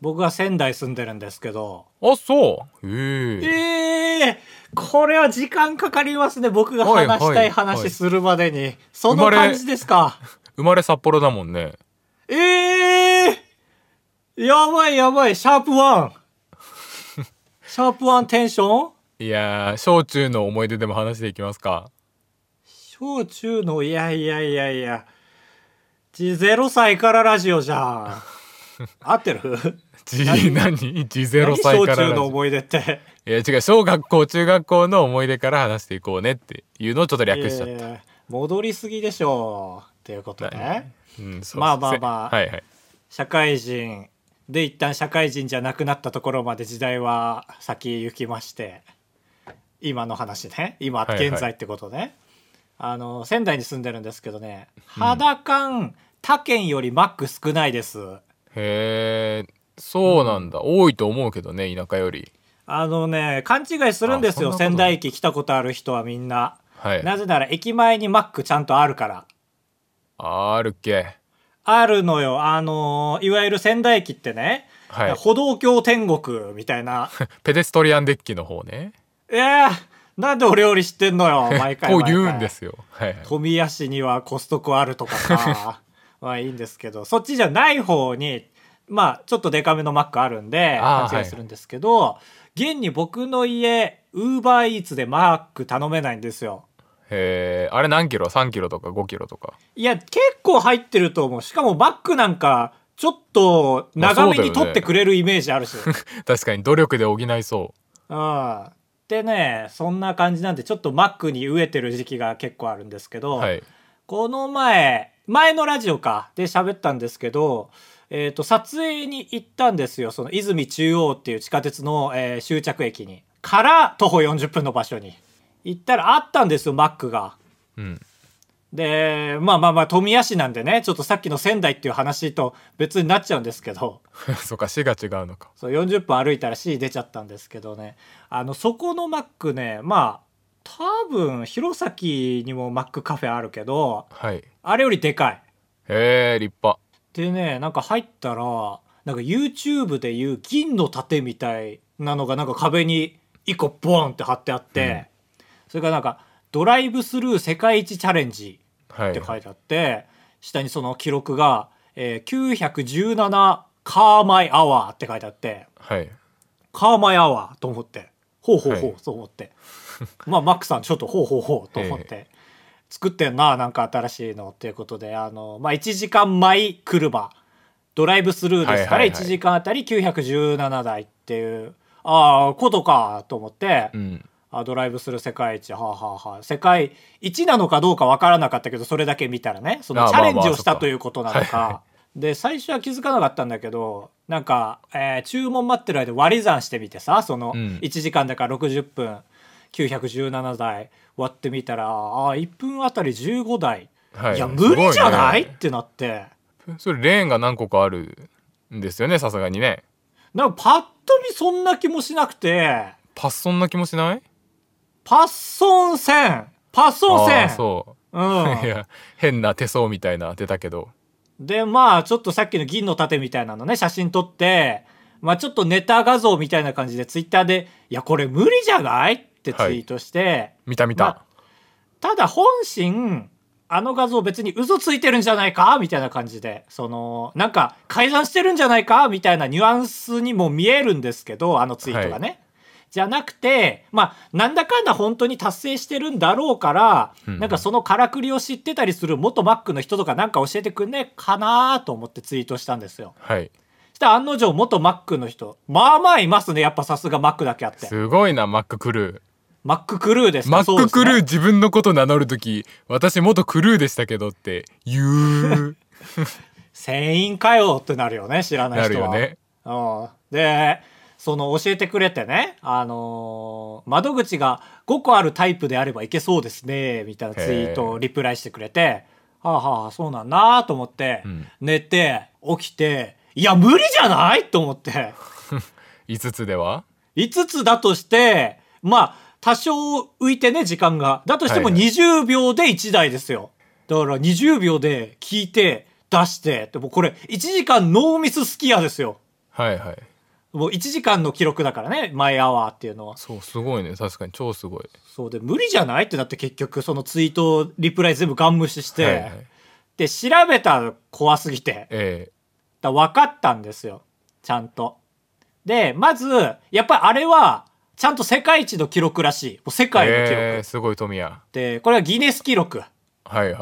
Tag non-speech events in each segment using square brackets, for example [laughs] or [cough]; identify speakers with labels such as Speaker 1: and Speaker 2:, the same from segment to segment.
Speaker 1: 僕は仙台住んでるんですけど
Speaker 2: あ、そう。へえ。
Speaker 1: ええこれは時間かかりますね僕が
Speaker 2: はいはい
Speaker 1: 話したい
Speaker 2: はい
Speaker 1: 話するまでに、その
Speaker 2: 生まれ
Speaker 1: 感じですか
Speaker 2: 生まれ札幌だもんね。
Speaker 1: ええやばいやばいシャープワンシャープワンテンション
Speaker 2: いやー、小中の思い出でも話していきますか。
Speaker 1: 小中のいやいやいやいやじ0歳からラジオじゃん合ってる
Speaker 2: じ、何じゼロ
Speaker 1: 何
Speaker 2: 歳
Speaker 1: 小
Speaker 2: から
Speaker 1: 中
Speaker 2: ラジ
Speaker 1: の
Speaker 2: オ。
Speaker 1: 思い出って
Speaker 2: いや、違う、小学校、中学校の思い出から話していこうねっていうのをちょっと略しちゃっ
Speaker 1: い
Speaker 2: た。
Speaker 1: やいや戻りすぎでしょうっていうことね
Speaker 2: うん、そう
Speaker 1: まあまあまあ
Speaker 2: せはいはい。
Speaker 1: 社会人で一旦社会人じゃなくなったところまで時代は先行きまして今の話ね今
Speaker 2: はいはい
Speaker 1: 現在ってことね、あの仙台に住んでるんですけどね肌感、他県よりマック少ないです
Speaker 2: へえ、そうなんだ。多いと思うけどね、田舎より。
Speaker 1: あのね勘違いするんですよ
Speaker 2: あそんなこと
Speaker 1: 仙台駅来たことある人はみんな、
Speaker 2: はい。
Speaker 1: なぜなら駅前にマックちゃんとあるから
Speaker 2: あるっけ。
Speaker 1: あるのよあのーいわゆる仙台駅ってね、
Speaker 2: はい。
Speaker 1: 歩道橋天国みたいな
Speaker 2: ペデストリアンデッキの方ね。
Speaker 1: えー、なんでお料理知ってんの
Speaker 2: [laughs]
Speaker 1: よ毎回
Speaker 2: こう
Speaker 1: 毎回
Speaker 2: 言うんですよ。はいはい。
Speaker 1: 富谷市にはコストコあるとか
Speaker 2: [laughs]
Speaker 1: さまあいいんですけどそっちじゃない方にまあちょっとデカめのマックあるんで
Speaker 2: あー
Speaker 1: 勘違いするんですけど、現に僕の家ウーバーイーツでマック頼めないんですよ
Speaker 2: へえ、あれ何キロ ?3 キロとか5キロとか。
Speaker 1: いや結構入ってると思うしかもバックなんかちょっと長め
Speaker 2: まあそうだよ
Speaker 1: に
Speaker 2: ね
Speaker 1: 取ってくれるイメージあるし、
Speaker 2: 確かに努力で補いそ
Speaker 1: うんでねそんな感じなんでちょっとマックに飢えてる時期が結構あるんですけ
Speaker 2: う。
Speaker 1: ど、
Speaker 2: はい。
Speaker 1: この前前のラジオかで喋ったんですけど、えー、と撮影に行ったんですよその泉中央っていう地下鉄の、えー終着駅にから徒歩40分の場所に行ったらあったんですよマックが。
Speaker 2: うん。 [laughs]
Speaker 1: でまあまあまあ富谷市なんでねちょっとさっきの仙台っていう話と別になっちゃうんですけど
Speaker 2: そうか、市が違うのか。
Speaker 1: そう40分歩いたら C 出ちゃったんですけどねあのそこのマックねまあ多分弘前にもマックカフェあるけど
Speaker 2: はい。へ
Speaker 1: あれよりでかい。
Speaker 2: え、立派。
Speaker 1: でねなんか入ったらなんか YouTube でいう銀の盾みたいなのがなんか壁に1個ボーンって貼ってあって、それからなんか「ドライブスルー世界一チャレンジ」
Speaker 2: は
Speaker 1: って
Speaker 2: い。
Speaker 1: 書いてあって、下にその記録が、えー917カーマイアワーって書いてあって
Speaker 2: はい。
Speaker 1: カーマイアワーと思ってほうほうほ
Speaker 2: は
Speaker 1: う
Speaker 2: い
Speaker 1: そう思って、まあマックさんちょっとほうほうほうと思って。作ってんななんか新しいのっていうことであの、まあ、1時間前車ドライブスルーですか
Speaker 2: はい
Speaker 1: ら1
Speaker 2: はいはい
Speaker 1: 時間あたり917台っていう、ああことかと思って、
Speaker 2: うん。
Speaker 1: あドライブスルー世界一はあ、はあはあ、世界一なのかどうかわからなかったけどそれだけ見たらねそ
Speaker 2: あ
Speaker 1: の
Speaker 2: あ
Speaker 1: チャレン
Speaker 2: まあ
Speaker 1: ジ
Speaker 2: ま
Speaker 1: を
Speaker 2: あ
Speaker 1: した
Speaker 2: そっか
Speaker 1: ということなの
Speaker 2: はいはい
Speaker 1: か。で最初は気づかなかったんだけどなんか、えー注文待ってる間割り算してみてさその
Speaker 2: うん
Speaker 1: 1時間だから60分917台割ってみたらあ1分あたり15台、、
Speaker 2: はいい。
Speaker 1: や無理じゃない
Speaker 2: す
Speaker 1: ってなって
Speaker 2: ごねそれ、レーンが何個かあるんですよね、さすがにね。
Speaker 1: なんかパッと見そんな気もしなくて
Speaker 2: パッソンな気もしない
Speaker 1: パッソン線パッソン
Speaker 2: あ
Speaker 1: 線
Speaker 2: あ、そう [laughs] う。い
Speaker 1: ん、
Speaker 2: や、変な手相みたいな出たけど。
Speaker 1: でまあちょっとさっきの銀の盾みたいなのね写真撮ってまあちょっとネタ画像みたいな感じでツイッターで「いやこれ無理じゃない?」ってツイートして、
Speaker 2: 見た見
Speaker 1: まあ
Speaker 2: た。
Speaker 1: ただ本心あの画像別に嘘ついてるんじゃないかみたいな感じでそのなんか改ざんしてるんじゃないかみたいなニュアンスにも見えるんですけどあのツイートがね。じゃなくてまあなんだかんだ本当に達成してるんだろうから、
Speaker 2: うんうん
Speaker 1: なんかそのからくりを知ってたりする元マックの人とかなんか教えてくんねえかなと思ってツイートしたんですよ。
Speaker 2: はい。
Speaker 1: そしたら案の定元マックの人まあまあいますねやっぱさすがマックだけあって
Speaker 2: すごいな、マッククルー。
Speaker 1: マッククルーですか
Speaker 2: マッククルー
Speaker 1: そうですね
Speaker 2: 自分のこと名乗るとき、私元クルーでしたけどって
Speaker 1: [laughs]
Speaker 2: 言う、
Speaker 1: 船員かよってなるよね知らない
Speaker 2: なる
Speaker 1: 人は。
Speaker 2: よね。
Speaker 1: うんでその教えてくれてね、あのー窓口が5個あるタイプであればいけそうですねみたいなツイートを
Speaker 2: へー
Speaker 1: リプライしてくれてはあはあそうなんだと思って、
Speaker 2: うん
Speaker 1: 寝て起きていや無理じゃないと思って
Speaker 2: 5つでは
Speaker 1: 5つだとしてまあ多少浮いてね時間がだとしても
Speaker 2: はいはい
Speaker 1: 20秒で1台ですよ、だから20秒で聞いて出してでもこれ1時間ノーミススキヤですよ
Speaker 2: はいはい
Speaker 1: もう1時間の記録だからねマイアワーっていうのは
Speaker 2: そうすごいね確かに超すごい
Speaker 1: そうで無理じゃないってなって結局そのツイートリプライ全部ガン無視して、
Speaker 2: はいはい
Speaker 1: で調べたら怖すぎて
Speaker 2: え
Speaker 1: だから分かったんですよちゃんとでまずやっぱりあれはちゃんと世界一の記録らしいもう世
Speaker 2: え
Speaker 1: 界の記録
Speaker 2: ええすごい富谷は
Speaker 1: でこれはギネス記録
Speaker 2: いはい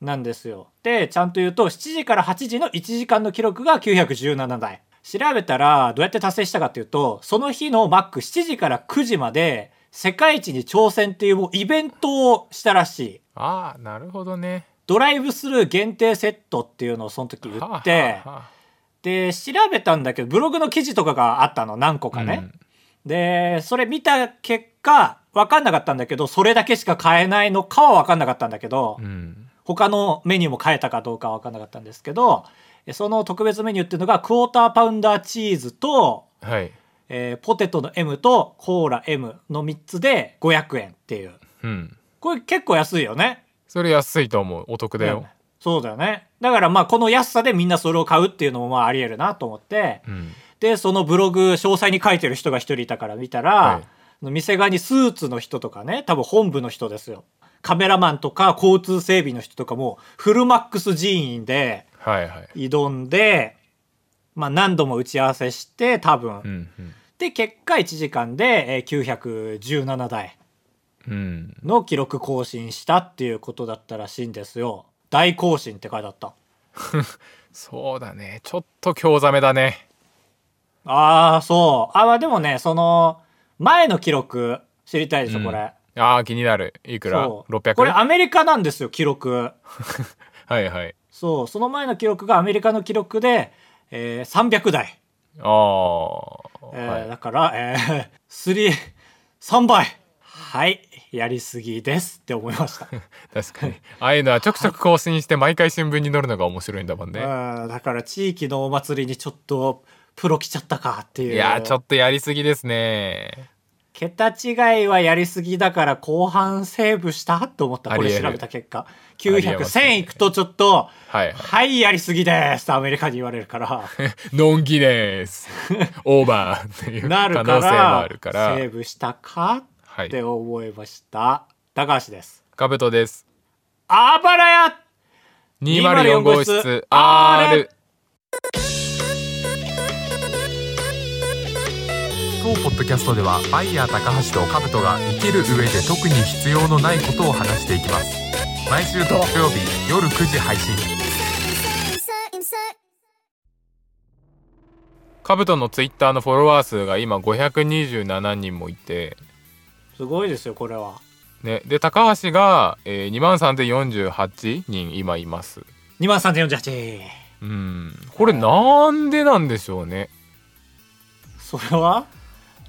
Speaker 1: なんですよでちゃんと言うと7時から8時の1時間の記録が917台調べたらどうやって達成したかっていうとその日のマック7時から9時まで世界一に挑戦っていうもうイベントをしたらしい
Speaker 2: ああなるほどね
Speaker 1: ドライブスルー限定セットっていうのをその時言って
Speaker 2: はあはあは
Speaker 1: で調べたんだけどブログの記事とかがあったの何個
Speaker 2: あ
Speaker 1: かね、でそれ見た結果分かんなかったんだけどそれだけしか買えないのかは分かんなかったんだけど、
Speaker 2: うん、うん
Speaker 1: 他のメニューも変えたかどうかは分かんなかったんですけどえその特別メニューっていうのがクォーターパウンダーチーズと、
Speaker 2: はい
Speaker 1: えーポテトの M とコーラ M の3つで500円っていう
Speaker 2: うん
Speaker 1: これ結構安いよね
Speaker 2: それ安いと思うお得だよ、
Speaker 1: そうだよねだからまあこの安さでみんなそれを買うっていうのもまあありえるなと思って
Speaker 2: うん、
Speaker 1: でそのブログ詳細に書いてる人が一人いたから見たら、
Speaker 2: はい
Speaker 1: 店側にスーツの人とかね多分本部の人ですよカメラマンとか交通整備の人とかもフルマックス人員で
Speaker 2: はいはい
Speaker 1: 挑んで、まあ、何度も打ち合わせして多分、
Speaker 2: うんうん
Speaker 1: で結果1時間でえー917台
Speaker 2: うん
Speaker 1: の記録更新したっていうことだったらしいんですよ大更新って書いてあった
Speaker 2: そうだねちょっと興ざめだね
Speaker 1: ああそうあまあでもねその前の記録知りたいでしょ、
Speaker 2: うん
Speaker 1: これ
Speaker 2: ああ気になるいくら
Speaker 1: そう
Speaker 2: 600
Speaker 1: これアメリカなんですよ記録
Speaker 2: [laughs] はいはい
Speaker 1: そうその前の記録がアメリカの記録で、えー300台、
Speaker 2: ああ、
Speaker 1: えー
Speaker 2: はい
Speaker 1: だから、えー、33倍はいやりすぎですって思いま
Speaker 2: [laughs]
Speaker 1: した、
Speaker 2: 確かにああいうのはちょくちょく更新して毎回新聞に載るのが面白いんだもんね、
Speaker 1: うんだから地域のお祭りにちょっとプロ来ちゃったかっていう
Speaker 2: いやーちょっとやりすぎですね
Speaker 1: 桁違いはやりすぎだから後半セーブしたと思ったこ
Speaker 2: あ
Speaker 1: れ
Speaker 2: りえる
Speaker 1: 調べた結果
Speaker 2: りえますね
Speaker 1: 9001000いくとちょっと
Speaker 2: はいはい
Speaker 1: はいやりすぎですってアメリカに言われる
Speaker 2: [laughs]
Speaker 1: から
Speaker 2: のんきです。オーバーっていう
Speaker 1: な
Speaker 2: 可
Speaker 1: る
Speaker 2: 能
Speaker 1: から
Speaker 2: 性もあるから。
Speaker 1: セーブしたか
Speaker 2: は
Speaker 1: って
Speaker 2: い。
Speaker 1: 思いました高橋です
Speaker 2: カブトです。
Speaker 1: あばらや
Speaker 2: 204号室
Speaker 1: R
Speaker 2: R。当ポッドキャストではバイヤー高橋とカブトが生きる上で特に必要のないことを話していきます。毎週土曜日夜9時配信。
Speaker 3: insert, insert.
Speaker 2: カブトのツイッターのフォロワー数が今527人もいて、
Speaker 1: すごいですよこれは
Speaker 2: ね、で高橋が、えー、2万3048人今います。
Speaker 1: 2万3048
Speaker 2: うん、これなんでなんでしょうね。
Speaker 1: それは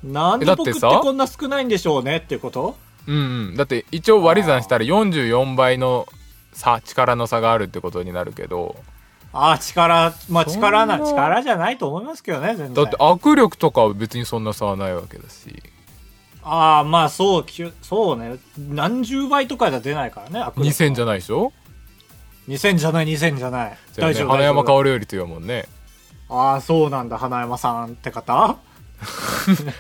Speaker 1: なんで
Speaker 2: えだっ
Speaker 1: 僕
Speaker 2: て
Speaker 1: って
Speaker 2: さ
Speaker 1: こんな少ないんでしょうねっていうこと
Speaker 2: うん、うん、だって一応割り算したら44倍の差力の差があるってことになるけど
Speaker 1: ああ力まあ
Speaker 2: そんな
Speaker 1: 力な力じゃないと思いますけどね全然
Speaker 2: だって握力とかは別にそんな差はないわけだし
Speaker 1: ああまあそうきゅそうね何十倍とかじゃ出ないからね悪力
Speaker 2: 2000じゃないでしょ、
Speaker 1: 2000じゃない2000じゃない
Speaker 2: じゃあ
Speaker 1: 大
Speaker 2: ね、
Speaker 1: 丈夫
Speaker 2: 花
Speaker 1: 大丈
Speaker 2: 山
Speaker 1: 夫
Speaker 2: 薫より強いもんね
Speaker 1: ああそうなんだ花山さんって方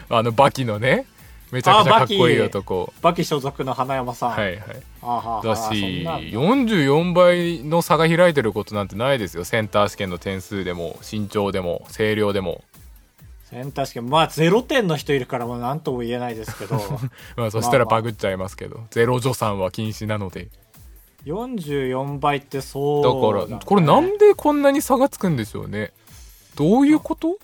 Speaker 2: あのバキのねめちゃくちゃ
Speaker 1: あ
Speaker 2: か
Speaker 1: バ
Speaker 2: っ
Speaker 1: キ
Speaker 2: こいい男
Speaker 1: バキ所属の花山さん、
Speaker 2: はいはい
Speaker 1: ああはあ
Speaker 2: だ
Speaker 1: はあそん
Speaker 2: し
Speaker 1: なん
Speaker 2: 44倍の差が開いてることなんてないですよセンター試験の点数でも身長でも声量でも
Speaker 1: センター試験まあ0点の人いるからもう何とも言えないですけ
Speaker 2: [laughs]
Speaker 1: ど
Speaker 2: まあそしたら
Speaker 1: まあまあ
Speaker 2: バグっちゃいますけど、ゼロ助産は禁止なので
Speaker 1: 44倍ってそう
Speaker 2: だ
Speaker 1: ね
Speaker 2: からこれなんでこんなに差がつくんでしょうねどういうこと
Speaker 1: う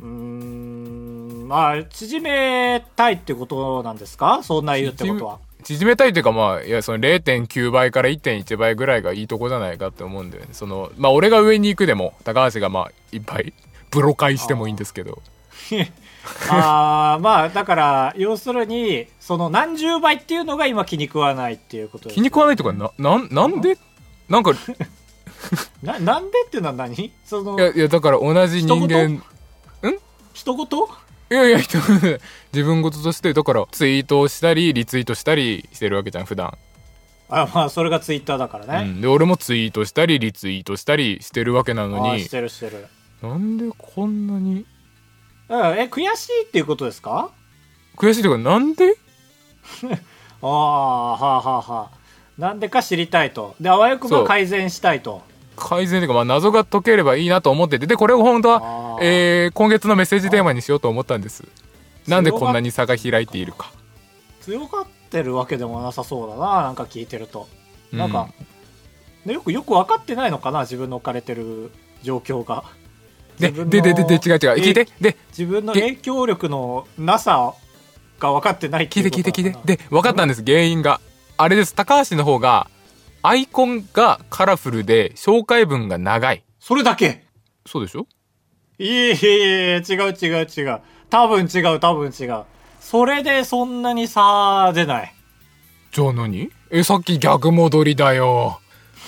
Speaker 1: ーんまあ縮めたいってことなんですかそんな言うってことは
Speaker 2: 縮めたいというかまあいやその0.9倍から1.1倍ぐらいがいいとこじゃないかって思うんだよねそのまあ俺が上に行くでも高橋がまあいっぱいブロ解してもいいんですけど
Speaker 1: あーまあだから要するにその何十倍っていうのが今気に食わないっていうことです
Speaker 2: 気に食わないとかななんなんでなんかい
Speaker 1: ななんでっていうのは何その
Speaker 2: やいやだから同じ人間
Speaker 1: 一言
Speaker 2: いやいや [laughs] 人自分事としてだからツイートをしたりリツイートしたりしてるわけじゃん普段
Speaker 1: あまあそれがツイッターだから
Speaker 2: う
Speaker 1: ね、
Speaker 2: ん、で俺もツイートしたりリツイートしたりしてるわけな
Speaker 1: あ
Speaker 2: の
Speaker 1: ー
Speaker 2: に
Speaker 1: してるしてる
Speaker 2: なんでこんなに
Speaker 1: うん、え、悔しいっていうことですか
Speaker 2: 悔しいというかなんで
Speaker 1: ああ、はあはあはあ。なんでか知りたいと。で、あわよくば改善したいと。
Speaker 2: 改善というか、まあ、謎が解ければいいなと思っててでこれを本当は
Speaker 1: あ、ー
Speaker 2: えー今月のメッセージテーマにしようと思ったんですなんでこんなに差が開いているか
Speaker 1: 強がってるわけでもなさそうだな、なんか聞いてると。なんか、ねよくよく分かってないのかな、自分の置かれてる状況が。
Speaker 2: で
Speaker 1: 自分の
Speaker 2: でででで違う違う聞いてで
Speaker 1: 自分の影響力のなさが分かってないって
Speaker 2: 聞い
Speaker 1: い
Speaker 2: て
Speaker 1: う
Speaker 2: 聞いて聞い
Speaker 1: ことなのかな
Speaker 2: てで分かったんです原因があれです高橋の方がアイコンがカラフルで紹介文が長い
Speaker 1: それだけ
Speaker 2: そうでしょ
Speaker 1: いえいえいえ、違う違う違う。多分違う、多分違う。それでそんなに差出ない。
Speaker 2: じゃあ何えさっき逆戻りだよ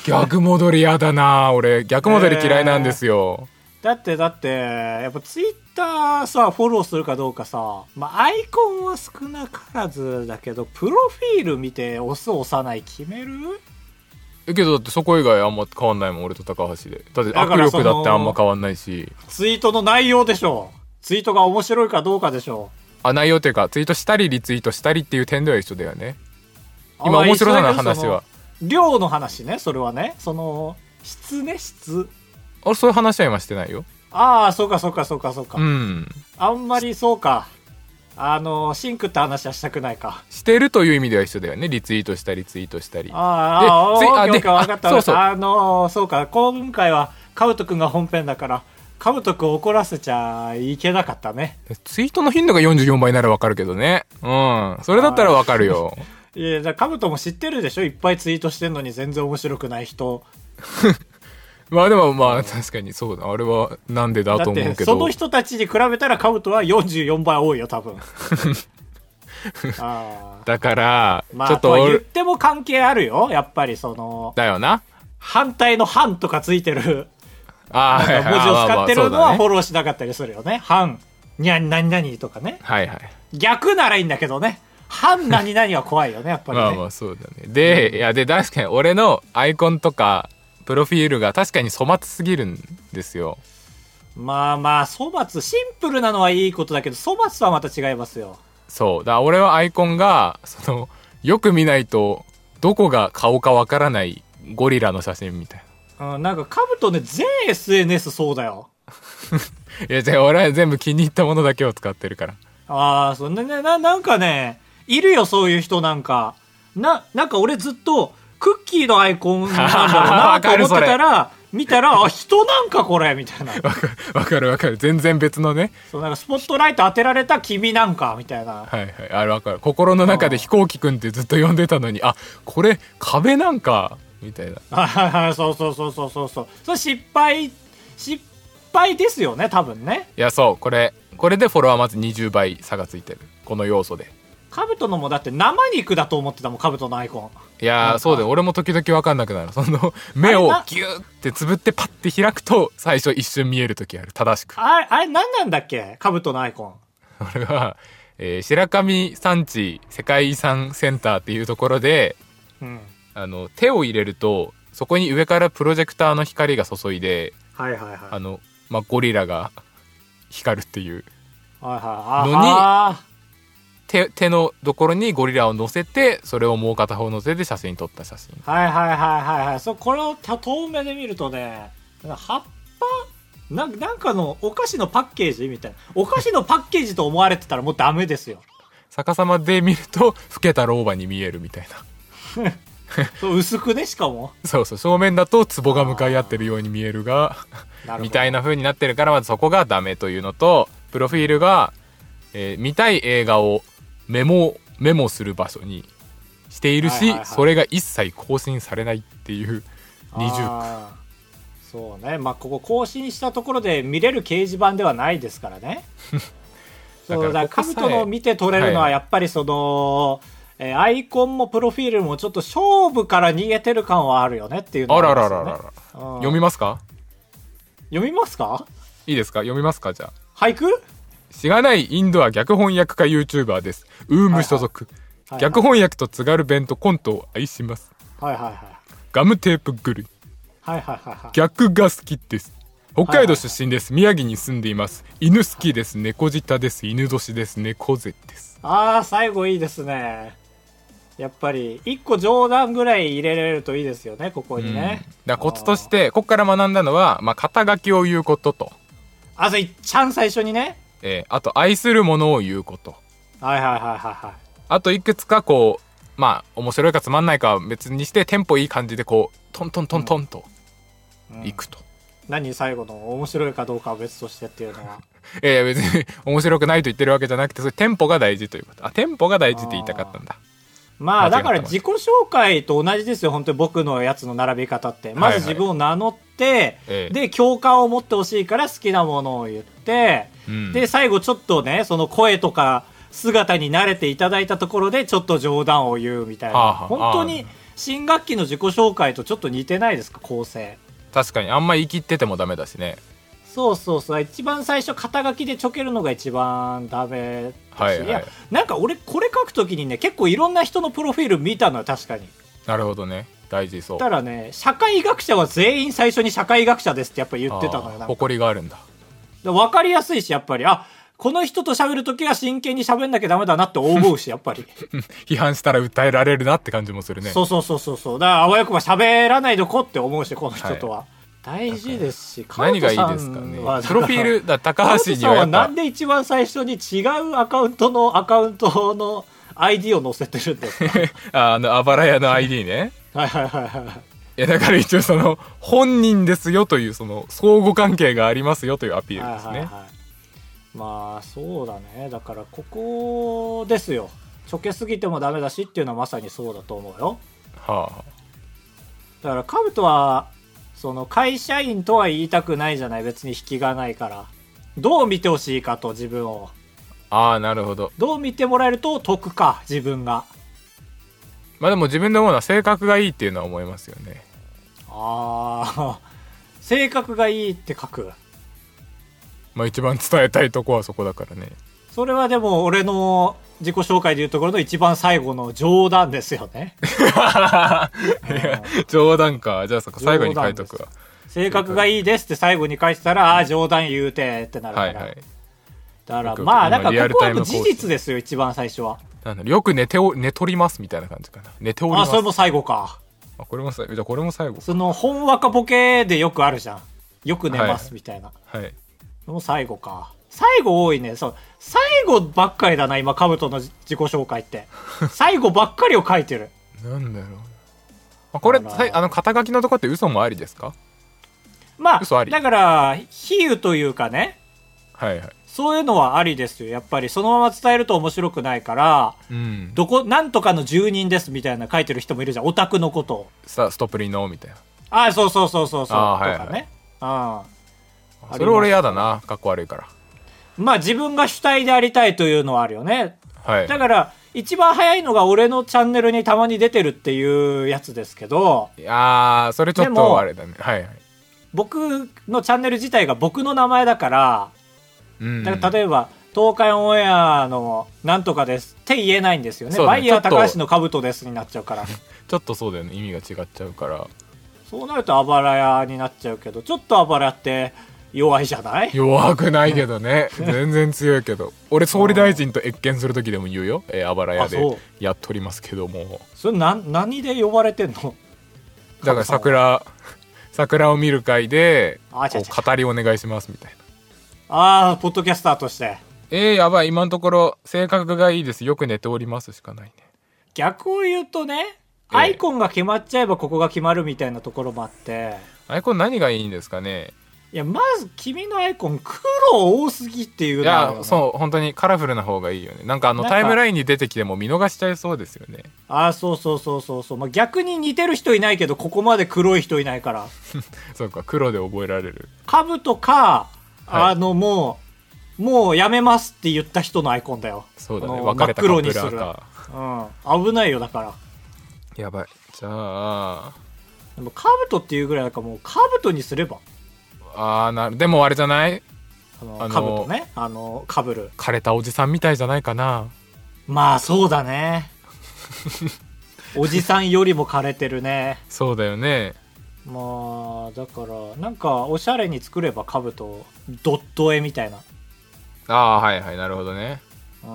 Speaker 2: 逆戻りやだな俺逆戻り嫌いなんですよ、
Speaker 1: だってだって、やっぱツイッターさ、フォローするかどうかさ、まあ、アイコンは少なからずだけど、プロフィール見て押す押さない決める
Speaker 2: えけどだってそこ以外あんま変わんないもん俺と高橋でだって
Speaker 1: だか
Speaker 2: 握
Speaker 1: らその
Speaker 2: 力だってあんま変わんないし
Speaker 1: ツイートの内容でしょツイートが面白いかどうかでしょ
Speaker 2: あ内容っていうかツイートしたりリツイートしたりっていう点では一緒だよね
Speaker 1: あ
Speaker 2: 今面白さ
Speaker 1: まあ一緒だ
Speaker 2: の
Speaker 1: けど
Speaker 2: 話は
Speaker 1: その量の話ね、それはね。その、質ね、質。
Speaker 2: 俺そういう話は今してないよ
Speaker 1: ああ、そうかそうかそうかそうか。
Speaker 2: うん
Speaker 1: あんまりそうか。あの、シンクって話はしたくないか。
Speaker 2: してるという意味では一緒だよねリツイートしたりツイートしたりで
Speaker 1: あーあ
Speaker 2: つい
Speaker 1: ー、
Speaker 2: あ
Speaker 1: あー、オッケーオッ
Speaker 2: で
Speaker 1: ケー、わかった
Speaker 2: あ
Speaker 1: わかっ
Speaker 2: そうそう
Speaker 1: た。あのー、そうか、今回はカブトくんが本編だから、カブトくんを怒らせちゃいけなかったね。
Speaker 2: ツイートの頻度が44倍ならわかるけどねうんそれだったらわかるよ
Speaker 1: いや、じゃあカブトも知ってるでしょいっぱいツイートしてんのに全然面白くない人。
Speaker 2: まあでもまあ確かにそうだあれはなんでだ
Speaker 1: だ
Speaker 2: と
Speaker 1: っ
Speaker 2: 思う
Speaker 1: て、
Speaker 2: け
Speaker 1: そ
Speaker 2: ど
Speaker 1: の人たちに比べたらカブトは44倍多いよ、多
Speaker 2: [laughs]
Speaker 1: 分。あー
Speaker 2: だから、
Speaker 1: まあ、
Speaker 2: ちょっと
Speaker 1: とは言っ
Speaker 2: 俺
Speaker 1: ても関係あるよ。やっぱりその、
Speaker 2: だよな
Speaker 1: 反対の反とかついてる
Speaker 2: あー
Speaker 1: なんか文字を使ってるの
Speaker 2: まあま
Speaker 1: は
Speaker 2: あまあそ
Speaker 1: フォ
Speaker 2: うだね
Speaker 1: ローしなかったりするよね。反、にゃん、なになにとかね。
Speaker 2: はいはい
Speaker 1: 逆ならいいんだけどね。反何々は怖い
Speaker 2: [laughs]
Speaker 1: よね、やっぱりね。
Speaker 2: まあまあそうだねで、いやで確かに俺のアイコンとかプロフィールが確かに粗末すぎるんですよ
Speaker 1: まあまあ、粗末、シンプルなのはいいことだけど、粗末とはまた違いますよ。
Speaker 2: そうだから俺はアイコンがそのよく見ないとどこが顔かわからないゴリラの写真みたい
Speaker 1: うん、なんか、カブトね、全 SNS そうだよ。
Speaker 2: ないやじゃあ俺は全部気に入ったものだけを使ってるから
Speaker 1: ああ、そんな、ね、な、なんかね、いるよ、そういう人なんか。な、なんか俺ずっと、クッキーのアイコンなんだろうなと
Speaker 2: [laughs] わかる
Speaker 1: 思ってたら、見たら、あ、人なんかこれ、みたいな。
Speaker 2: わかるわかるわかる全然別のね
Speaker 1: そう、なんかスポットライト当てられた君なんか、みたいな。 [laughs]
Speaker 2: はいはいあれわかる心の中で飛行機くんってずっと呼んでたのにあこれ壁なんかみたいな
Speaker 1: あははそうそうそうそうそうそう。それ失敗、失敗ですよね、多分ね。
Speaker 2: いやそうこれこれでフォロワーまず20倍差がついてるこの要素で
Speaker 1: カブトのもだって生肉だと思ってたもん、カブトのアイコン。
Speaker 2: いや
Speaker 1: な
Speaker 2: ー
Speaker 1: んか
Speaker 2: そうだよ俺も時々分かんなくなるその
Speaker 1: [laughs]
Speaker 2: 目を
Speaker 1: あれな
Speaker 2: ギューってつぶってパッて開くと最初一瞬見える時ある正しく
Speaker 1: あれ、あれ何なんだっけカブトのアイコン。
Speaker 2: 俺は、えー白神山地世界遺産センターっていうところで
Speaker 1: うん。
Speaker 2: あの手を入れるとそこに上からプロジェクターの光が注いで
Speaker 1: はいはいはい。は
Speaker 2: あ
Speaker 1: い
Speaker 2: の、まあ、ゴリラが光るっていう
Speaker 1: はい。
Speaker 2: のに
Speaker 1: あ
Speaker 2: 手手のところにゴリラを乗せてそれをもう片方乗せて写真撮った写真
Speaker 1: ーはいはいはいはいはい。そう、これをた遠目で見るとね、葉っぱなんなんかのお菓子のパッケージみたいな。お菓子のパッケージと思われてたらもうダメですよ。
Speaker 2: 逆さまで見ると老けた老婆に見えるみたいな
Speaker 1: そう薄くね、しか
Speaker 2: [laughs]
Speaker 1: も。
Speaker 2: そうそう正面だと壺が向かい合ってるように見えるが
Speaker 1: なるほど
Speaker 2: みたいな風になってるからまずそこがダメというのとプロフィールが、えー見たい映画をメモメモする場所にしているし、
Speaker 1: はいはいはい
Speaker 2: それが一切更新されないっていう二重
Speaker 1: あーそうねまあここ更新したところで見れる掲示板ではないですからね
Speaker 2: [laughs]
Speaker 1: そう
Speaker 2: だ
Speaker 1: だ
Speaker 2: か
Speaker 1: から
Speaker 2: ここさえ
Speaker 1: 兜の見て取れるの
Speaker 2: は
Speaker 1: はいやっぱりその、えーアイコンもプロフィールもちょっと勝負から逃げてる感はあるよねっていうの
Speaker 2: あ
Speaker 1: は
Speaker 2: ら
Speaker 1: りま
Speaker 2: ら
Speaker 1: す
Speaker 2: ら
Speaker 1: よ
Speaker 2: ら
Speaker 1: ね
Speaker 2: ら
Speaker 1: うん
Speaker 2: 読みますか
Speaker 1: 読みますか
Speaker 2: いいですか読みますかじゃあ
Speaker 1: 俳句
Speaker 2: しがないインドは逆翻訳家 YouTuber ですウーム所属、
Speaker 1: はいはい
Speaker 2: 逆翻訳と津軽弁とコントを愛します
Speaker 1: はいはいはい
Speaker 2: ガムテープグル
Speaker 1: はいはいはいはい
Speaker 2: 逆が好きです北海道出身です、宮城に住んでいます犬好きです猫舌です犬年です猫背です
Speaker 1: ああ最後いいですねやっぱり一個冗談ぐらい入れられるといいですよねここにね、
Speaker 2: だからコツとしてここから学んだのは、まあ、肩書きを言うことと、
Speaker 1: あそういっちゃん最初にね
Speaker 2: えーあと愛するものを言うこと
Speaker 1: はいはいはいはいはい
Speaker 2: あといくつかこうまあ面白いかつまんないかは別にしてテンポいい感じでこうトントントントンといくと、
Speaker 1: 何最後の面白いかどうかは別としてっていう
Speaker 2: [laughs]
Speaker 1: のは
Speaker 2: ええ別に [laughs] 面白くないと言ってるわけじゃなくてそれテンポが大事ということあテンポが大事って言いたかったんだ
Speaker 1: まあ
Speaker 2: 間違
Speaker 1: だ
Speaker 2: った
Speaker 1: から自己紹介と同じですよ本当に僕のやつの並び方ってまず自分を名乗って、
Speaker 2: ええ
Speaker 1: で共感を持ってほしいから好きなものを言って、
Speaker 2: うん
Speaker 1: で最後ちょっとねその声とか姿に慣れていただいたところでちょっと冗談を言うみたいな、
Speaker 2: はあはあ
Speaker 1: 本当に新学期の自己紹介とちょっと似てないですか構成
Speaker 2: 確かにあんま言い切っててもダメだしね
Speaker 1: そうそうそう一番最初肩書きでちょけるのが一番ダメだし、
Speaker 2: はいはい
Speaker 1: やなんか俺これ書くときにね結構いろんな人のプロフィール見たのよ確かに
Speaker 2: なるほどね大事そう
Speaker 1: たらね社会学者は全員最初に社会学者ですってやっぱ言
Speaker 2: あ
Speaker 1: ってたのよ
Speaker 2: ー
Speaker 1: なんか
Speaker 2: 誇りがあるんだ
Speaker 1: 分かりやすいしやっぱりあこの人と喋るときは真剣に喋んなきゃダメだなって思うしやっぱり、
Speaker 2: 批判したら訴えられるなって感じもするね
Speaker 1: そうそうそうそうそうだからあわよくば喋らないどこって思うしこの人とは、大事ですし
Speaker 2: 何がいい
Speaker 1: 川
Speaker 2: で
Speaker 1: 戸さ
Speaker 2: す
Speaker 1: ん
Speaker 2: かね
Speaker 1: は
Speaker 2: プロフィールだ高橋に
Speaker 1: さん
Speaker 2: はや
Speaker 1: は
Speaker 2: っ
Speaker 1: な
Speaker 2: ぱ
Speaker 1: んで一番最初に違うアカウントのアカウントの ID を載せてるんです
Speaker 2: [laughs]
Speaker 1: か
Speaker 2: ああのあばら屋の ID ね
Speaker 1: はいはいはいはい
Speaker 2: やだから一応その本人ですよというその相互関係がありますよというアピ
Speaker 1: い
Speaker 2: ールです
Speaker 1: はいはい
Speaker 2: ね
Speaker 1: はいまあそうだねだからここですよちょけすぎてもダメだしっていうのはまさにそうだと思うよ
Speaker 2: は
Speaker 1: だからカブトはその会社員とは言いたくないじゃない別に引きがないからどう見てほしいかと自分を
Speaker 2: あああなるほど
Speaker 1: どう見てもらえると得か自分が
Speaker 2: まあでも自分のものは性格がいいっていうのは思いますよね
Speaker 1: ああ [laughs] 性格がいいって書く
Speaker 2: まあ一番伝えたいとこはそこだから
Speaker 1: [laughs]
Speaker 2: ね
Speaker 1: それはでも俺の自己紹介でいうところの一番最後の冗談ですよ
Speaker 2: [laughs]
Speaker 1: ね
Speaker 2: 冗談かじゃあそこ最後に書いとくわ
Speaker 1: 性格がいいですって最後に書いてたらああー冗談言うてってなるか
Speaker 2: は
Speaker 1: ら、
Speaker 2: いはい
Speaker 1: だから
Speaker 2: 僕
Speaker 1: まあだ
Speaker 2: 今リ
Speaker 1: か
Speaker 2: ア
Speaker 1: ら
Speaker 2: ル
Speaker 1: ここ
Speaker 2: タ
Speaker 1: は
Speaker 2: イム
Speaker 1: もう
Speaker 2: コー
Speaker 1: 事
Speaker 2: ス
Speaker 1: 実ですよ一番最初は
Speaker 2: なんだろうよく寝てお寝とりますみたいな感じかな寝ており
Speaker 1: あ
Speaker 2: ま
Speaker 1: あ
Speaker 2: す
Speaker 1: それも最後か
Speaker 2: あこれも最後じゃあこれも最後
Speaker 1: その、本若ボケでよくあるじゃん。よく寝ますみたいな。
Speaker 2: はい
Speaker 1: もう最後か。最後多いね。そう。最後ばっかりだな、今、カブトの自己紹介
Speaker 2: [laughs]
Speaker 1: って。最後ばっかりを書いてる。
Speaker 2: なんだろうあこれさいあの肩書きのとこって嘘もありですか
Speaker 1: ま
Speaker 2: 嘘あ
Speaker 1: あ、
Speaker 2: り
Speaker 1: だから、比喩というかね、
Speaker 2: はいはい
Speaker 1: そういうのはありですよ。やっぱり、そのまま伝えると面白くないから、
Speaker 2: うん
Speaker 1: どこ、なんとかの住人ですみたいな書いてる人もいるじゃん。オタクのことを。
Speaker 2: さストップリのみたいな
Speaker 1: ああ、そうそうそうそうそう。
Speaker 2: あー
Speaker 1: とかね。うん。
Speaker 2: それ俺嫌だなかっこ悪いから
Speaker 1: まあ、自分が主体でありたいというのはあるよね。
Speaker 2: はい
Speaker 1: だから、一番早いのが俺のチャンネルにたまに出てるっていうやつですけど、
Speaker 2: いやーそれちょっ
Speaker 1: でも
Speaker 2: とあれだねはいはい
Speaker 1: 僕のチャンネル自体が僕の名前だから、
Speaker 2: うん
Speaker 1: だから例えば、東海オンエアのなんとかですって言えないんですよね。
Speaker 2: そうだね
Speaker 1: バイヤー
Speaker 2: ちょっと
Speaker 1: 高橋の兜ですになっちゃう
Speaker 2: [laughs]
Speaker 1: から。
Speaker 2: ちょっとそうだよね意味が違っちゃうから
Speaker 1: そうなるとあばら屋になっちゃうけど、ちょっとあばらって弱いじゃない
Speaker 2: 弱くないけどね [laughs] 全然強いけど俺総理大臣と謁見する時でも言うよえーあばら屋
Speaker 1: あそ
Speaker 2: で
Speaker 1: う
Speaker 2: やっとりますけども
Speaker 1: それなん、何で呼ばれてんの
Speaker 2: だから桜 [laughs] 桜を見る会で
Speaker 1: あ違う
Speaker 2: こう語りお願いしますみたいな
Speaker 1: ああ、ポッドキャスターとして。
Speaker 2: えー、やばい今のところ性格がいいですよく寝ておりますしかないね
Speaker 1: 逆を言うとね、
Speaker 2: ええ
Speaker 1: アイコンが決まっちゃえばここが決まるみたいなところもあって、
Speaker 2: アイコン何がいいんですかね
Speaker 1: いやまず君のアイコン黒多すぎっていう
Speaker 2: い
Speaker 1: のは
Speaker 2: やそう本当にカラフルな方がいいよねなんかあの
Speaker 1: なんか
Speaker 2: タイムラインに出てきても見逃しちゃいそうですよね
Speaker 1: あそうそうそうそうそう、まあ、逆に似てる人いないけどここまで黒い人いないから
Speaker 2: そうか黒で覚えられる
Speaker 1: カブとか、
Speaker 2: はい
Speaker 1: あのもうもうやめますって言った人のアイコンだよ
Speaker 2: そうだね
Speaker 1: あの
Speaker 2: 別れたカ
Speaker 1: 真っ黒
Speaker 2: ッ
Speaker 1: に
Speaker 2: プ
Speaker 1: す
Speaker 2: ラ
Speaker 1: る
Speaker 2: ーか
Speaker 1: うん危ないよだから
Speaker 2: やばいじゃあ
Speaker 1: でもカブトっていうぐらいだからもうカブトにすれば
Speaker 2: あーなるでもあれじゃない
Speaker 1: あの
Speaker 2: あの
Speaker 1: カブトねあのかぶる
Speaker 2: 枯れたおじさんみたいじゃないかな
Speaker 1: まあそうだ
Speaker 2: [laughs]
Speaker 1: ねおじさんよりも枯れてるね
Speaker 2: そうだよね
Speaker 1: まあだからなんかおしゃれに作れば兜ドット絵みたいな、
Speaker 2: ああはいはいなるほどね
Speaker 1: うん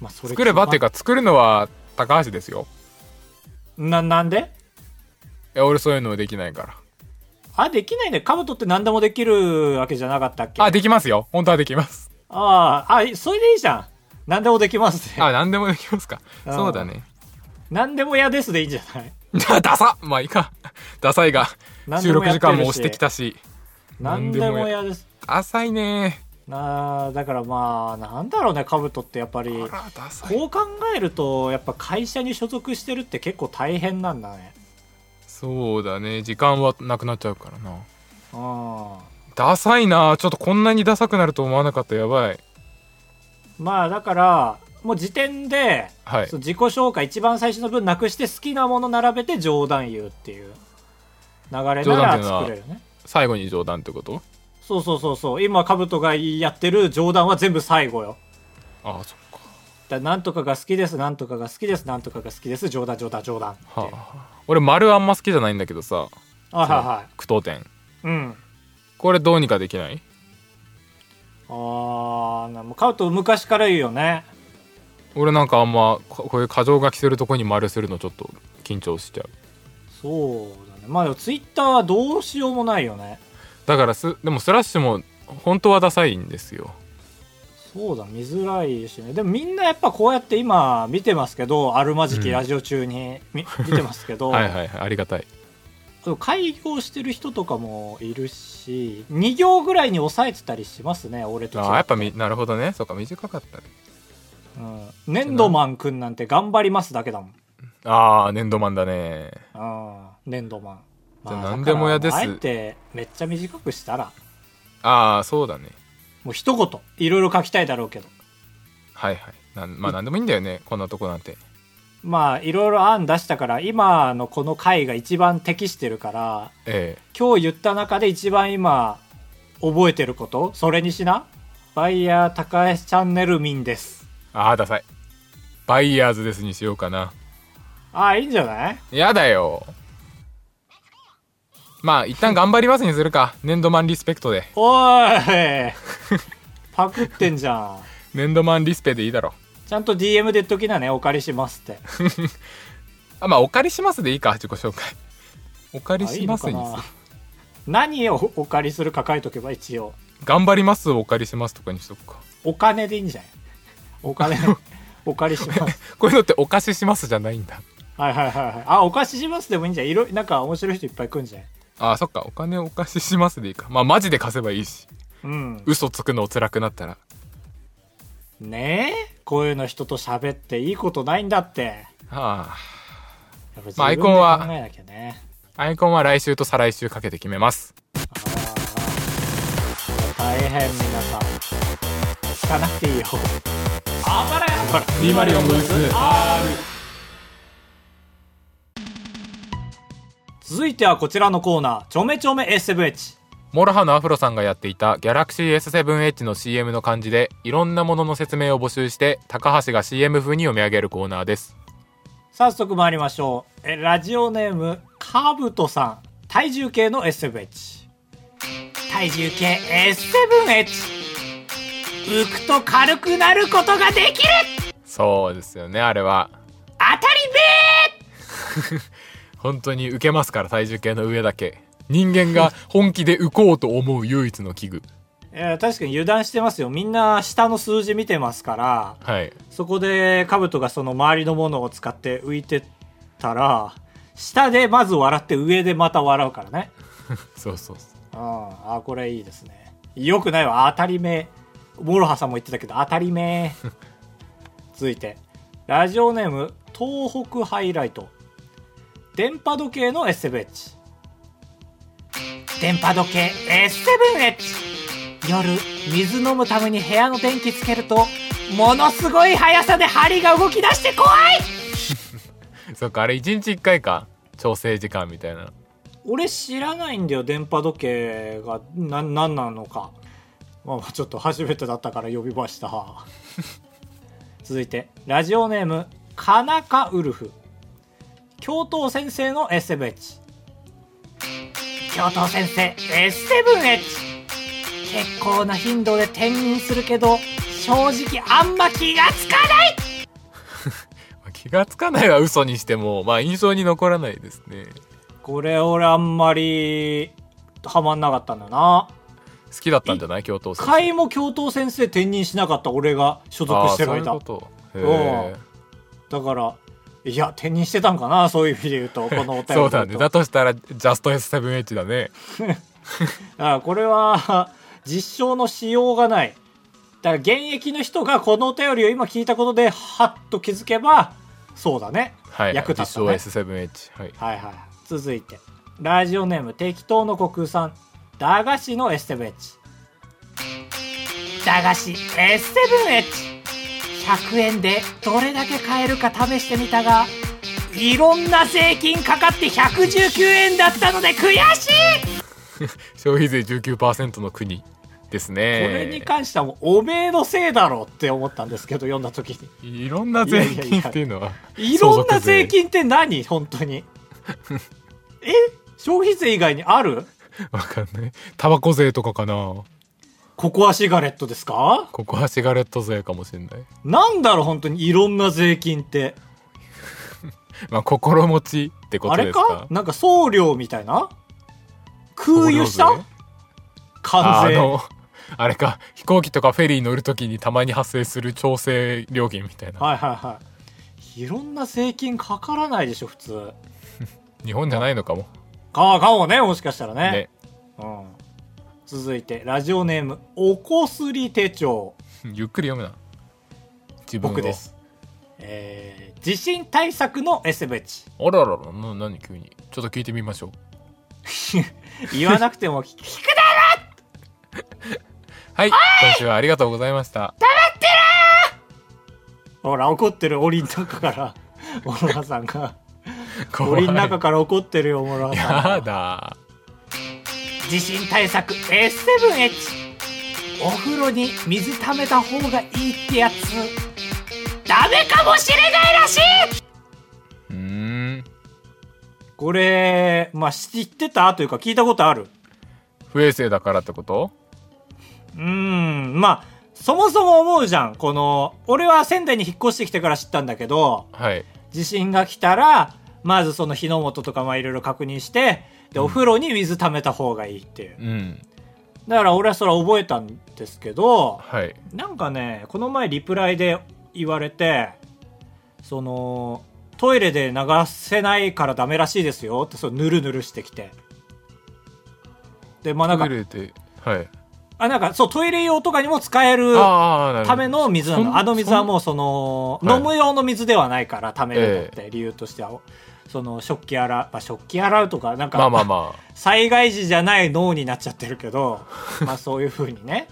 Speaker 1: まあ、それ
Speaker 2: 作ればっていうか作るのは高橋ですよ
Speaker 1: ななんで
Speaker 2: いや俺そういうのできないから
Speaker 1: あできないね兜って何でもできるわけじゃなかったっけ
Speaker 2: あできますよ本当はできます
Speaker 1: あああそれでいいじゃん何でもできますね
Speaker 2: あ何でもできますか
Speaker 1: うん
Speaker 2: そうだね [laughs]
Speaker 1: 何でも嫌ですでいいんじゃない
Speaker 2: ダサまあいいかダサいが
Speaker 1: 何でも
Speaker 2: 収録
Speaker 1: やっ
Speaker 2: 時
Speaker 1: てるし
Speaker 2: 間も押してきたし
Speaker 1: 何でも嫌です
Speaker 2: 浅いね
Speaker 1: なあだからまあなんだろうね兜ってやっぱり
Speaker 2: あらダサい
Speaker 1: こう考えるとやっぱ会社に所属してるって結構大変なんだね
Speaker 2: そうだね時間はなくなっちゃうからな
Speaker 1: うん
Speaker 2: ダサいなちょっとこんなにダサくなると思わなかったやばい
Speaker 1: まあだからもう時点で、
Speaker 2: はい
Speaker 1: その自己紹介一番最初の分なくして好きなもの並べて冗談言うっていう流れな
Speaker 2: 冗談ってい
Speaker 1: ら
Speaker 2: うのは
Speaker 1: 作れるね
Speaker 2: 最後に冗談ってこと
Speaker 1: そうそうそうそう今カブトがやってる冗談は全部最後よ
Speaker 2: ああそっか
Speaker 1: だなんとかが好きですなんとかが好きですなんとかが好きです冗談冗談冗談っていう
Speaker 2: はあはあ、俺丸あんま好きじゃないんだけどさ
Speaker 1: あはいは
Speaker 2: 句読点
Speaker 1: いうん
Speaker 2: これどうにかできない
Speaker 1: あーなもうカブト昔から言うよね
Speaker 2: 俺なんかあんまここういう箇条書きするとこに丸するのちょっと緊張しちゃう
Speaker 1: そうだねまあでもツイッターはどうしようもないよね
Speaker 2: だからすでもスラッシュも本当はダサいんですよ
Speaker 1: そうだ見づらいしねでもみんなやっぱこうやって今見てますけどあるまじき
Speaker 2: うん
Speaker 1: ラジオ中にみ、 [laughs] 見てますけど
Speaker 2: [laughs] はいはいはいありがたい
Speaker 1: そう開業してる人とかもいるし2行ぐらいに抑えてたりしますね俺と違
Speaker 2: あ
Speaker 1: て
Speaker 2: ーやっぱみなるほどねそうか短かったね
Speaker 1: うん、粘土マンくんなんて頑張りますだけだもん
Speaker 2: ああ年度マンだね
Speaker 1: あー粘土マン、
Speaker 2: じゃあ
Speaker 1: だから
Speaker 2: 何でも屋です
Speaker 1: あえてめっちゃ短くしたら
Speaker 2: ああそうだね
Speaker 1: もう一言いろいろ書きたいだろうけど
Speaker 2: はいはいなんまあ何でもいいんだよねこんなとこなんて
Speaker 1: まあいろいろ案出したから今のこの回が一番適してるから
Speaker 2: え
Speaker 1: 今日言った中で一番今覚えてることそれにしなバイヤー高橋チャンネル民です
Speaker 2: えああダサいバイヤーズですにしようかな
Speaker 1: ああいいんじゃない
Speaker 2: やだよまあ一旦頑張りますにするか年度マンリスペクトで
Speaker 1: お
Speaker 2: [laughs]
Speaker 1: いパクってんじゃん
Speaker 2: 年度マンリスペでいいだろ
Speaker 1: ちゃんと DM で言っときなねお借りしますって
Speaker 2: あまあお借りしますでいいか自己紹介お借り
Speaker 1: あ
Speaker 2: しますに
Speaker 1: いいのか
Speaker 2: する
Speaker 1: な何をお借りするか書いとけば一応
Speaker 2: 頑張りますをお借りしますとかにしとくか
Speaker 1: お金でいいんじゃないお
Speaker 2: [laughs]
Speaker 1: 金お借りします
Speaker 2: こういうのってお貸ししますじゃないんだ
Speaker 1: はいはいはいはいあお貸ししますでもいいんじゃんいろなんか面白い人いっぱい来るんじゃん
Speaker 2: あそっかお金をお貸ししますでいいかまあマジで貸せばいいし
Speaker 1: うん
Speaker 2: 嘘つくの辛くなったら
Speaker 1: ねえこういうの人と喋っていいことないんだって
Speaker 2: はあ
Speaker 1: やっぱ
Speaker 2: まあアイコンは
Speaker 1: 自分で考えなきゃね
Speaker 2: アイコンは来週と再来週かけて決めます
Speaker 1: ああ大変皆さん聞かなくていいよあばれ
Speaker 2: ほらリマリオンブース
Speaker 1: 続いてはこちらのコーナーちょめちょめ S7H
Speaker 2: モロハのアフロさんがやっていたギャラクシー S7H の CM の漢字でいろんなものの説明を募集して高橋が CM 風に読み上げるコーナーです
Speaker 1: 早速参りましょうえラジオネームカブトさん体重計の S7H 体重計 S7H 浮くと軽くなることができる
Speaker 2: そうですよねあれは
Speaker 1: 当たり
Speaker 2: 本当に受けますから体重計の上だけ人間が本気で浮こうと思う唯一の器具
Speaker 1: めー、えー確かに油断してますよみんな下の数字見てますから
Speaker 2: はい
Speaker 1: そこでカブトがその周りのものを使って浮いてたら下でまず笑って上でまた笑うからね
Speaker 2: そうそうそう
Speaker 1: うんあーこれいいですねよくないわ当たり目モロハさんも言ってたけど当たり目続いてラジオネーム東北ハイライト電波時計の S7H 電波時計 S7H 夜水飲むために部屋の電気つけるとものすごい速さで針が動き出して怖い
Speaker 2: そっかあれ1日1回か調整時間みたいな
Speaker 1: 俺知らないんだよ電波時計がな何なのか、まあまあ、ちょっと初めてだったから呼びました [laughs] 続いてラジオネームかなかウルフ教頭先生の SMH 教頭先生 S7H 結構な頻度で転任するけど正直あんま気がつかない
Speaker 2: 気がつかないは嘘にしても、まあ印象に残らないですね。
Speaker 1: これ俺あんまりハマんなかったんだな
Speaker 2: 好きだったんじゃない教頭先生。
Speaker 1: 会も教頭先生転任しなかった俺が所属してる
Speaker 2: あ
Speaker 1: 間
Speaker 2: ーそういうこと。へー
Speaker 1: だからいや転任してたんかなそういう意味で言う
Speaker 2: [laughs]
Speaker 1: とこのお便り
Speaker 2: そうだね。
Speaker 1: と
Speaker 2: だとしたら、ジャスト S7H だね。
Speaker 1: あこれは [laughs] 実証のしようがないだから現役の人がこのお便りを今聞いたことでハッと気づけばそうだね、
Speaker 2: はい。
Speaker 1: 役立ったね
Speaker 2: 実証 S7H。はい。
Speaker 1: はいはい続いてラジオネーム適当の国産さん駄菓子の S7H 駄菓子 S7H100 円でどれだけ買えるか試してみたがいろんな税金かかって119円だったので悔しい
Speaker 2: 消費税19%の国ですね。
Speaker 1: これに関してはもうおめえのせいだろって思ったんですけど読んだ時に
Speaker 2: いろんな税金っていうのは。
Speaker 1: いろんな税
Speaker 2: 相続
Speaker 1: 金って何本当にえ消費税以外にある
Speaker 2: 税わかんない。タバコ税とかかな。
Speaker 1: ココアシガレットですか
Speaker 2: ここはシガレット税かもしれない。
Speaker 1: なんだろう本当にいろんな税金って
Speaker 2: まあ、心持ちってこ
Speaker 1: あ
Speaker 2: と
Speaker 1: れ
Speaker 2: ですか
Speaker 1: かなんか送料みたいな空輸した
Speaker 2: 送料税あ
Speaker 1: 関
Speaker 2: あ
Speaker 1: 税
Speaker 2: の、あれか、飛行機とかフェリー乗るときにたまに発生する調整料金みたいな。
Speaker 1: はいはいはいいろんな税金かからないでしょ普通
Speaker 2: 日本じゃないのかも。
Speaker 1: かかもねもしかしたらね
Speaker 2: ね。
Speaker 1: うん、続いてラジオネームおこすり手帳
Speaker 2: ゆっくり読むな。自分を
Speaker 1: 僕で。す、えー、地震対策の SBH
Speaker 2: あららら、な、なに急に。ちょっと聞いてみましょう。
Speaker 1: 言わなくて
Speaker 2: [laughs]
Speaker 1: も聞く聞くな
Speaker 2: はい。今週はありがとうございました。
Speaker 1: ほら怒ってる檻の中からモロハさんが
Speaker 2: 怖い
Speaker 1: 檻の中から怒ってるよモロハさんが
Speaker 2: やだ。
Speaker 1: 地震対策 S7H お風呂に水溜めた方がいいってやつダメかもしれないらしいう
Speaker 2: ーん。
Speaker 1: これまあ知ってたというか聞いたことある
Speaker 2: 不衛生だからってこと
Speaker 1: うーん、まあ、そもそも思うじゃん。この、俺は仙台に引っ越してきてから知ったんだけど、
Speaker 2: はい。
Speaker 1: 地震が来たら、まずその火の元とかまあいろいろ確認して、で、お風呂に水溜めた方がいいっていう。
Speaker 2: うん。
Speaker 1: だから俺はそれは覚えたんですけど、
Speaker 2: はい。
Speaker 1: なんかね、この前リプライで言われて、その、トイレで流せないからダメらしいですよって、そう、ぬるぬるしてきて。で、まあなん
Speaker 2: ト
Speaker 1: か
Speaker 2: イ、レで、はい。
Speaker 1: あ、なんかそう、トイレ用とかにも使える
Speaker 2: ああ、なるほど。
Speaker 1: ための水な
Speaker 2: そ
Speaker 1: の。
Speaker 2: ん
Speaker 1: あの水はもうその、
Speaker 2: はい
Speaker 1: 飲む用の水ではないから、ためるのって理由としては、その食器洗う、まあ、食器洗うとか、なんか、
Speaker 2: まあまあまあ。
Speaker 1: 災害時じゃない脳になっちゃってるけ
Speaker 2: [laughs]
Speaker 1: ど、まあそういう風にね。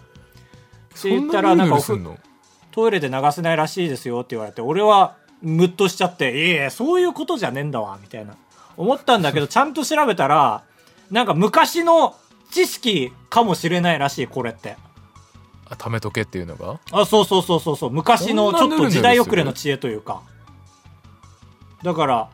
Speaker 1: って言ったら、なんかおふ
Speaker 2: そんなルールすんの
Speaker 1: トイレで流せないらしいですよって言われて、俺はムッとしちゃって、いえいえ、そういうことじゃねえんだわ、みたいな。思ったんだけど、ちゃんと調べたら、なんか昔の知識かもしれないらしい、これって。
Speaker 2: あ、ためとけっていうのが
Speaker 1: あ、そうそうそうそうそう。昔のち
Speaker 2: こ
Speaker 1: ょ
Speaker 2: んな
Speaker 1: っ
Speaker 2: ヌルヌ
Speaker 1: と
Speaker 2: ルする
Speaker 1: 時代遅れの知恵というか。だから、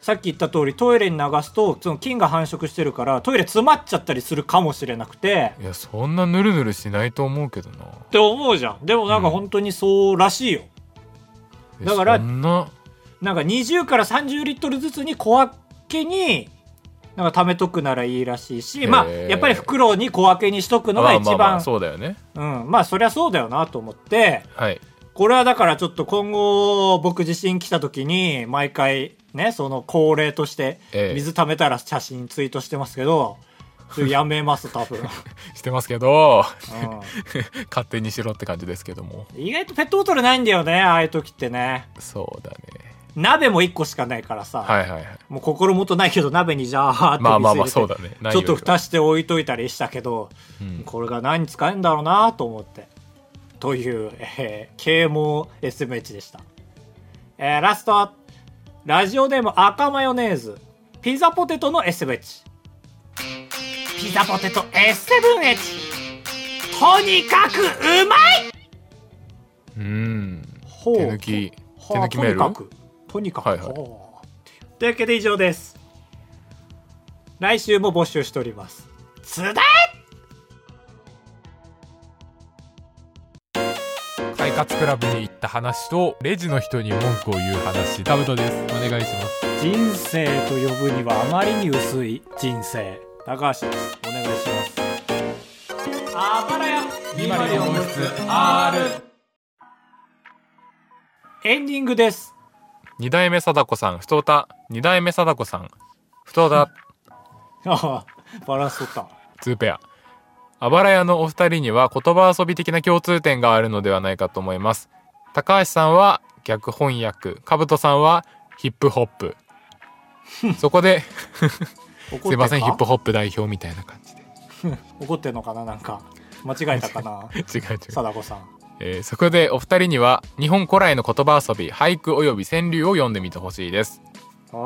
Speaker 1: さっき言った通りトイレに流すと、その菌が繁殖してるから、トイレ詰まっちゃったりするかもしれなくて、
Speaker 2: いや、そんなぬるぬるしないと思うけどな。
Speaker 1: って思うじゃん。でもなんか
Speaker 2: うん
Speaker 1: 本当にそうらしいよ。
Speaker 2: え
Speaker 1: だから
Speaker 2: そんな、
Speaker 1: なんか20から30リットルずつに小分けに、なんか貯めとくならいいらしいし、まあ、
Speaker 2: へー
Speaker 1: やっぱり袋に小分けにしとくの
Speaker 2: ま
Speaker 1: が
Speaker 2: あ
Speaker 1: 一
Speaker 2: まあ
Speaker 1: 番、
Speaker 2: まあ、そうだよね。
Speaker 1: うん、まあそりゃそうだよなと思って、
Speaker 2: はい。
Speaker 1: これはだからちょっと今後僕自身来た時に毎回ねその恒例として
Speaker 2: ええ
Speaker 1: 水溜めたら写真ツイートしてますけど、ちょっとやめます多
Speaker 2: [laughs]
Speaker 1: 分、う
Speaker 2: してますけど、 [laughs]
Speaker 1: ん、
Speaker 2: 勝手にしろって感じですけども。
Speaker 1: 意外とペットボトルないんだよねああいう時ってね
Speaker 2: そうだね。
Speaker 1: 鍋も1個しかないからさ、
Speaker 2: はいはいはい。
Speaker 1: もう心もとないけど鍋にじゃーっと水入れて
Speaker 2: まあまあまあ、そうだね。ない
Speaker 1: ちょっ
Speaker 2: より
Speaker 1: と
Speaker 2: は
Speaker 1: 蓋して置いといたりしたけど、
Speaker 2: うん
Speaker 1: これが何に使えるんだろうなと思ってという、えー、啓蒙 SMH でした、えーラストラジオネーム赤マヨネーズピザポテトの SMH ピザポテト S7H とにかくうまいう
Speaker 2: ーん。
Speaker 1: ほ
Speaker 2: 手抜き、手抜きメール
Speaker 1: はあとにかくとにかく、
Speaker 2: はいはい
Speaker 1: はあというわけで以上です来週も募集しております津田
Speaker 2: 快活クラブに行った話とレジの人に文句を言う話タブトですお願いします
Speaker 1: 人生と呼ぶにはあまりに薄い人生高橋ですお願いしますあばらやエンディングです
Speaker 2: 二代目貞子さん太田二代目貞子さん太田
Speaker 1: ああバランス取った
Speaker 2: ツーペアあばら屋のお二人には言葉遊び的な共通点があるのではないかと思います高橋さんは逆翻訳かぶとさんはヒップホップそこ [laughs] で
Speaker 1: 怒って
Speaker 2: すいませんヒップ
Speaker 1: ホ
Speaker 2: ホップ代表みたいな感じで
Speaker 1: 怒ってんのかななんか間違えたかな
Speaker 2: [laughs]
Speaker 1: [laughs]
Speaker 2: 違う違う
Speaker 1: 貞子さん
Speaker 2: えーそこでお二人には日本古来の言葉遊び俳句および川柳を読んでみてほしいです
Speaker 1: あ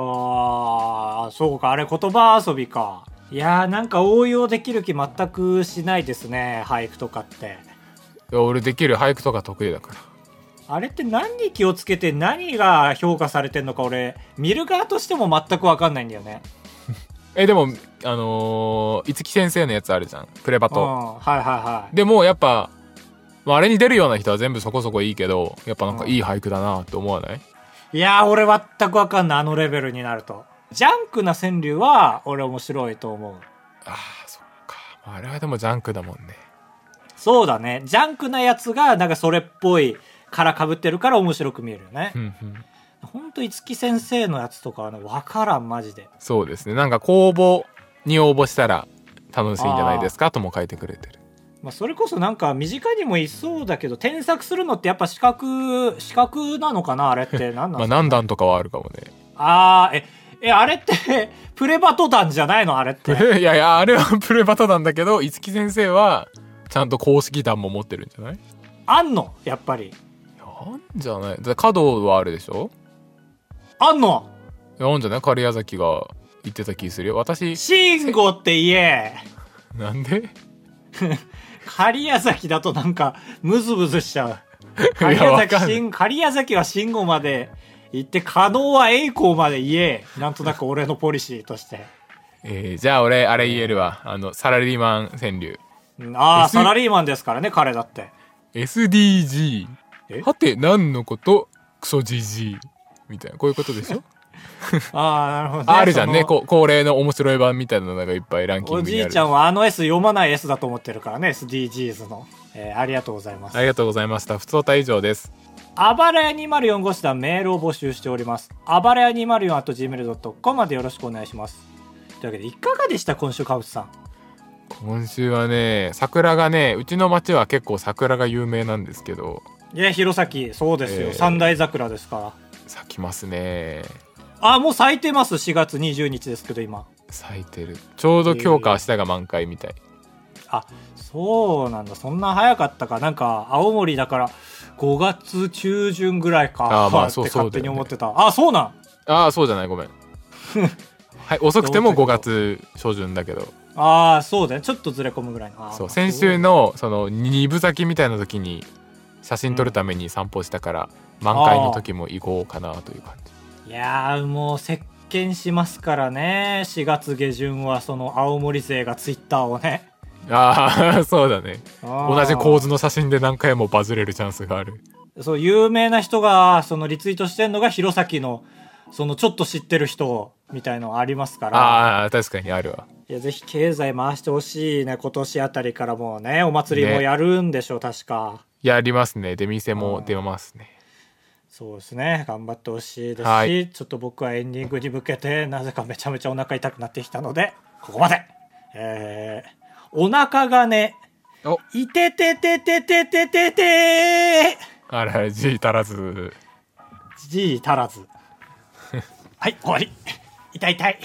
Speaker 1: ーそうかあれ言葉遊びかいやーなんか応用できる気全くしないですね俳句とかって
Speaker 2: いや俺できる俳句とか得意だから
Speaker 1: あれって何に気をつけて何が評価されてんのか俺見る側としても全く分かんないんだよね
Speaker 2: えでもあのー、五木先生のやつあるじゃんプレバ
Speaker 1: うん
Speaker 2: ト
Speaker 1: はいはいはい
Speaker 2: でもやっぱ、まあ、あれに出るような人は全部そこそこいいけどやっぱなんかいい俳句だなって思わない
Speaker 1: いやー俺全く分かんないあのレベルになるとジャンクな川柳は俺面白いと思う
Speaker 2: あーそっかまああれはでもジャンクだもんね
Speaker 1: そうだねジャンクなやつがなんかそれっぽいからかぶってるから面白く見えるよね
Speaker 2: うんうん
Speaker 1: ほんと五木先生のやつとかはね分からんマジで
Speaker 2: そうですねなんか公募に応募したら楽しいんじゃないですかとも書いてくれてる
Speaker 1: まあ、それこそなんか身近にもいそうだけど添削するのってやっぱ資格資格なのかなあれって何なん
Speaker 2: まあ
Speaker 1: ですか、
Speaker 2: 何段とかはあるかもね
Speaker 1: あーええあれって [laughs] プレバト団じゃないのあれっ
Speaker 2: プ
Speaker 1: て
Speaker 2: レ [laughs] いやいやあれはプレバトなんだけど五木先生はちゃんと公式弾も持ってるんじゃない
Speaker 1: あんのやっぱり
Speaker 2: なんじゃないだから角はあるでしょ
Speaker 1: あんの
Speaker 2: なんじゃない狩矢崎が言ってた気するよ私
Speaker 1: 慎吾って言え
Speaker 2: なんで
Speaker 1: 狩矢崎だとなんかムズムズしちゃう
Speaker 2: い
Speaker 1: 狩
Speaker 2: や
Speaker 1: 矢
Speaker 2: わ
Speaker 1: 崎
Speaker 2: かんない
Speaker 1: 慎狩矢崎は慎吾まで行って加納は栄光まで言えなんとなく俺のポリシーとして
Speaker 2: えーじゃあ俺あれ言えるわあのサラリーマン川柳
Speaker 1: うんああ
Speaker 2: S-
Speaker 1: サラリーマンですからね彼だって
Speaker 2: SDG
Speaker 1: え
Speaker 2: はて何のことクソじじいみたいなこういうこ
Speaker 1: [laughs]
Speaker 2: とでしょ
Speaker 1: ああなるほど、ね、
Speaker 2: あるじゃんね
Speaker 1: その
Speaker 2: こ恒例の面白い版みたいなのがいっぱいランキング
Speaker 1: お
Speaker 2: にあ
Speaker 1: じ
Speaker 2: る
Speaker 1: いちゃんはあの S 読まない S だと思ってるからね SDGs の、えーありがとうございます
Speaker 2: ありがとうございました普通た以上です
Speaker 1: あばらや204号室ではメールを募集しておりますあばらや 204.gmail.com までよろしくお願いしますというわけでいかがでした今週カブスさん
Speaker 2: 今週はね桜がねうちの町は結構桜が有名なんですけど
Speaker 1: いや弘前そうですよ、
Speaker 2: えー
Speaker 1: 三大桜ですから
Speaker 2: 咲きますね
Speaker 1: あもう咲いてます4月20日ですけど今
Speaker 2: 咲いてるちょうど今日か明日が満開みたい、
Speaker 1: あそうなんだそんな早かったかなんか青森だから5月中旬ぐらいか
Speaker 2: あーまあ
Speaker 1: って
Speaker 2: そう
Speaker 1: 勝手に思ってた、あそうなん
Speaker 2: ああそうじゃない
Speaker 1: [laughs]
Speaker 2: ごめんはい遅くても5月初旬だけど
Speaker 1: ああそうだねちょっとずれ込むぐらいのあー
Speaker 2: そ
Speaker 1: ま
Speaker 2: う
Speaker 1: あ
Speaker 2: 先週のその二分咲きみたいな時に写真撮るために散歩したから、満開の時も行こうかなという感じ
Speaker 1: いやーもう席巻しますからね4月下旬はその青森勢がツイッターをね
Speaker 2: ああ [laughs] そうだね [laughs] 同
Speaker 1: 同
Speaker 2: じ構図の写真で何回もバズれるチャンスがある
Speaker 1: そう有名な人がそのリツイートしてんのが弘前のそのちょっと知ってる人みたいのありますから
Speaker 2: ああー確かにあるわ
Speaker 1: いやぜひ経済回してほしいね今年あたりからもうねお祭りも
Speaker 2: ね
Speaker 1: やるんでしょう、確か
Speaker 2: やりますね出店も出ますね
Speaker 1: そうですね頑張ってほしいですし、
Speaker 2: はい
Speaker 1: ちょっと僕はエンディングに向けてなぜかめちゃめちゃお腹痛くなってきたのでここまでえー、お腹がね
Speaker 2: お
Speaker 1: いてててててててて
Speaker 2: あらじい足らず
Speaker 1: じい足らずはい終わり痛い痛い